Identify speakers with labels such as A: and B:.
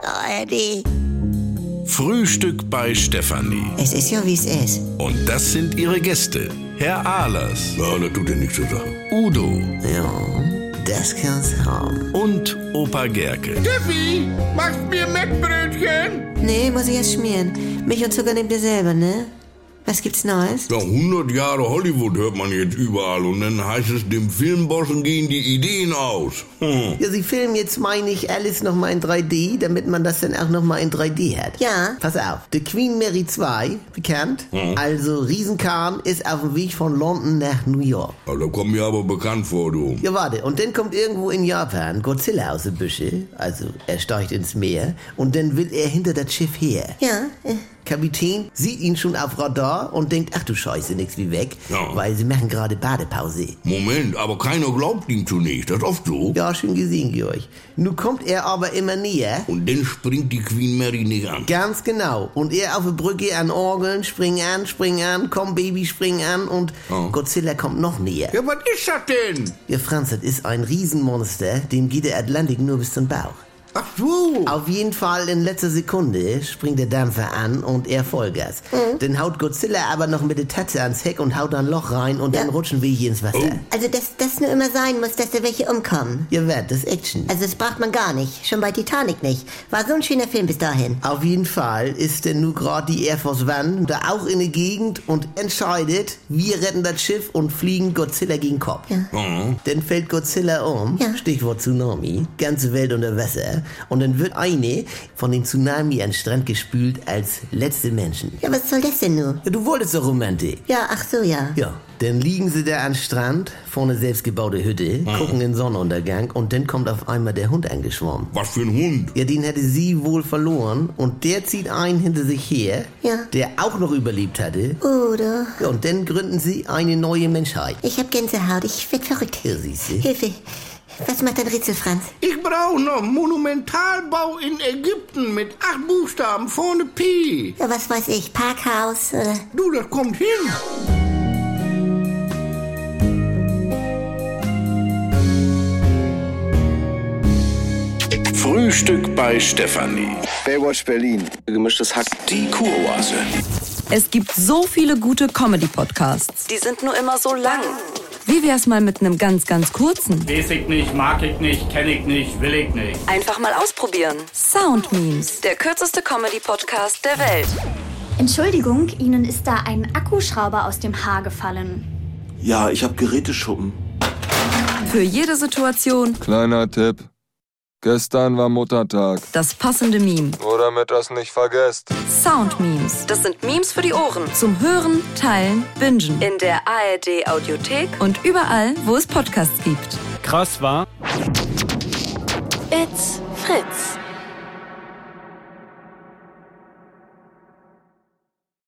A: ARD.
B: Frühstück bei Stefanie.
A: Es ist ja, wie es ist.
B: Und das sind ihre Gäste. Herr Ahlers,
C: Ja, das tut dir nichts zu sagen.
B: Udo
A: Ja, das kann's haben.
B: und Opa Gerke.
D: Tiffy, machst mir Mettbrötchen?
A: Nee, muss ich erst schmieren. Milch und Zucker nehmt ihr selber, ne? Was gibt's Neues?
C: Ja, 100 Jahre Hollywood hört man jetzt überall und dann heißt es, dem Filmbossen gehen die Ideen aus. Hm.
E: Ja, sie filmen jetzt, meine ich, alles nochmal in 3D, damit man das dann auch nochmal in 3D hat.
A: Ja.
E: Pass auf, The Queen Mary 2, bekannt, also Riesenkahn, ist auf dem Weg von London nach New York.
C: Ja, da kommt Also, mir aber bekannt vor, du.
E: Ja, warte, und dann kommt irgendwo in Japan Godzilla aus den Büschen, also er steigt ins Meer und dann will er hinter das Schiff her.
A: Ja, äh,
E: Kapitän sieht ihn schon auf Radar und denkt, ach du Scheiße, nix wie weg,
C: Ja.
E: weil sie machen gerade Badepause.
C: Moment, aber keiner glaubt ihm zunächst, das ist oft so.
E: Ja, schon gesehen, Georg. Nun kommt er aber immer näher.
C: Und dann springt die Queen Mary nicht an.
E: Ganz genau. Und er auf der Brücke an Orgeln, spring an, spring an, komm Baby, spring an und
C: Oh.
E: Godzilla kommt noch näher.
C: Ja, was ist das denn?
E: Ja, Franz, das ist ein Riesenmonster, dem geht der Atlantik nur bis zum Bauch.
C: Ach so.
E: Auf jeden Fall in letzter Sekunde springt der Dampfer an und er Vollgas. Dann haut Godzilla aber noch mit der Tatze ans Heck und haut ein Loch rein und dann
A: Ja.
E: rutschen wir hier ins Wasser.
A: also dass das nur immer sein muss, dass da welche umkommen.
E: Ja, was, das ist Action.
A: Also das braucht man gar nicht. Schon bei Titanic nicht. War so ein schöner Film bis dahin.
E: Auf jeden Fall ist denn nun gerade die Air Force One da auch in der Gegend und entscheidet, wir retten das Schiff und fliegen Godzilla gegen Kopf.
C: Ja.
E: Dann fällt Godzilla um,
A: Ja.
E: Stichwort Tsunami, ganze Welt unter Wasser. Und dann wird eine von dem Tsunami an den Strand gespült als letzte Menschen.
A: Ja, was soll das denn nur?
E: Ja, du wolltest doch Romantik.
A: Ja, ach so, ja.
E: Ja, dann liegen sie da am Strand, vorne selbstgebaute Hütte, gucken den Sonnenuntergang und dann kommt auf einmal der Hund angeschwommen.
C: Was für ein Hund.
E: Ja, den hätte sie wohl verloren und der zieht einen hinter sich her,
A: Ja.
E: der auch noch überlebt hatte.
A: Oder?
E: Ja, und dann gründen sie eine neue Menschheit.
A: Ich hab Gänsehaut. Ich werd verrückt.
E: Ja, siehst du.
A: Hilfe. Was macht dein Rätsel, Franz?
D: Ich brauche noch Monumentalbau in Ägypten mit acht Buchstaben vorne P.
A: Ja, was weiß ich? Parkhaus äh, oder...
D: Du, das kommt hin.
B: Frühstück bei Stefanie.
F: Baywatch Berlin. Gemischtes Hack.
B: Die Kuroase.
G: Es gibt so viele gute Comedy-Podcasts.
H: Die sind nur immer so lang.
G: Wie wär's mal mit einem ganz, ganz kurzen?
I: Weiß ich nicht, mag ich nicht, kenne ich nicht, will ich nicht.
H: Einfach mal ausprobieren.
G: Sound-Memes.
H: Der kürzeste Comedy-Podcast der Welt.
J: Entschuldigung, Ihnen ist da ein Akkuschrauber aus dem Haar gefallen.
F: Ja, ich hab Geräteschuppen.
G: Für jede Situation
K: Kleiner Tipp. Gestern war Muttertag.
G: das passende Meme.
K: Nur damit das nicht vergesst.
G: Sound-Memes.
H: Das sind Memes für die Ohren.
G: Zum Hören, Teilen, Bingen.
H: In der ARD-Audiothek.
G: Und überall, wo es Podcasts gibt.
I: Krass war.
H: It's Fritz.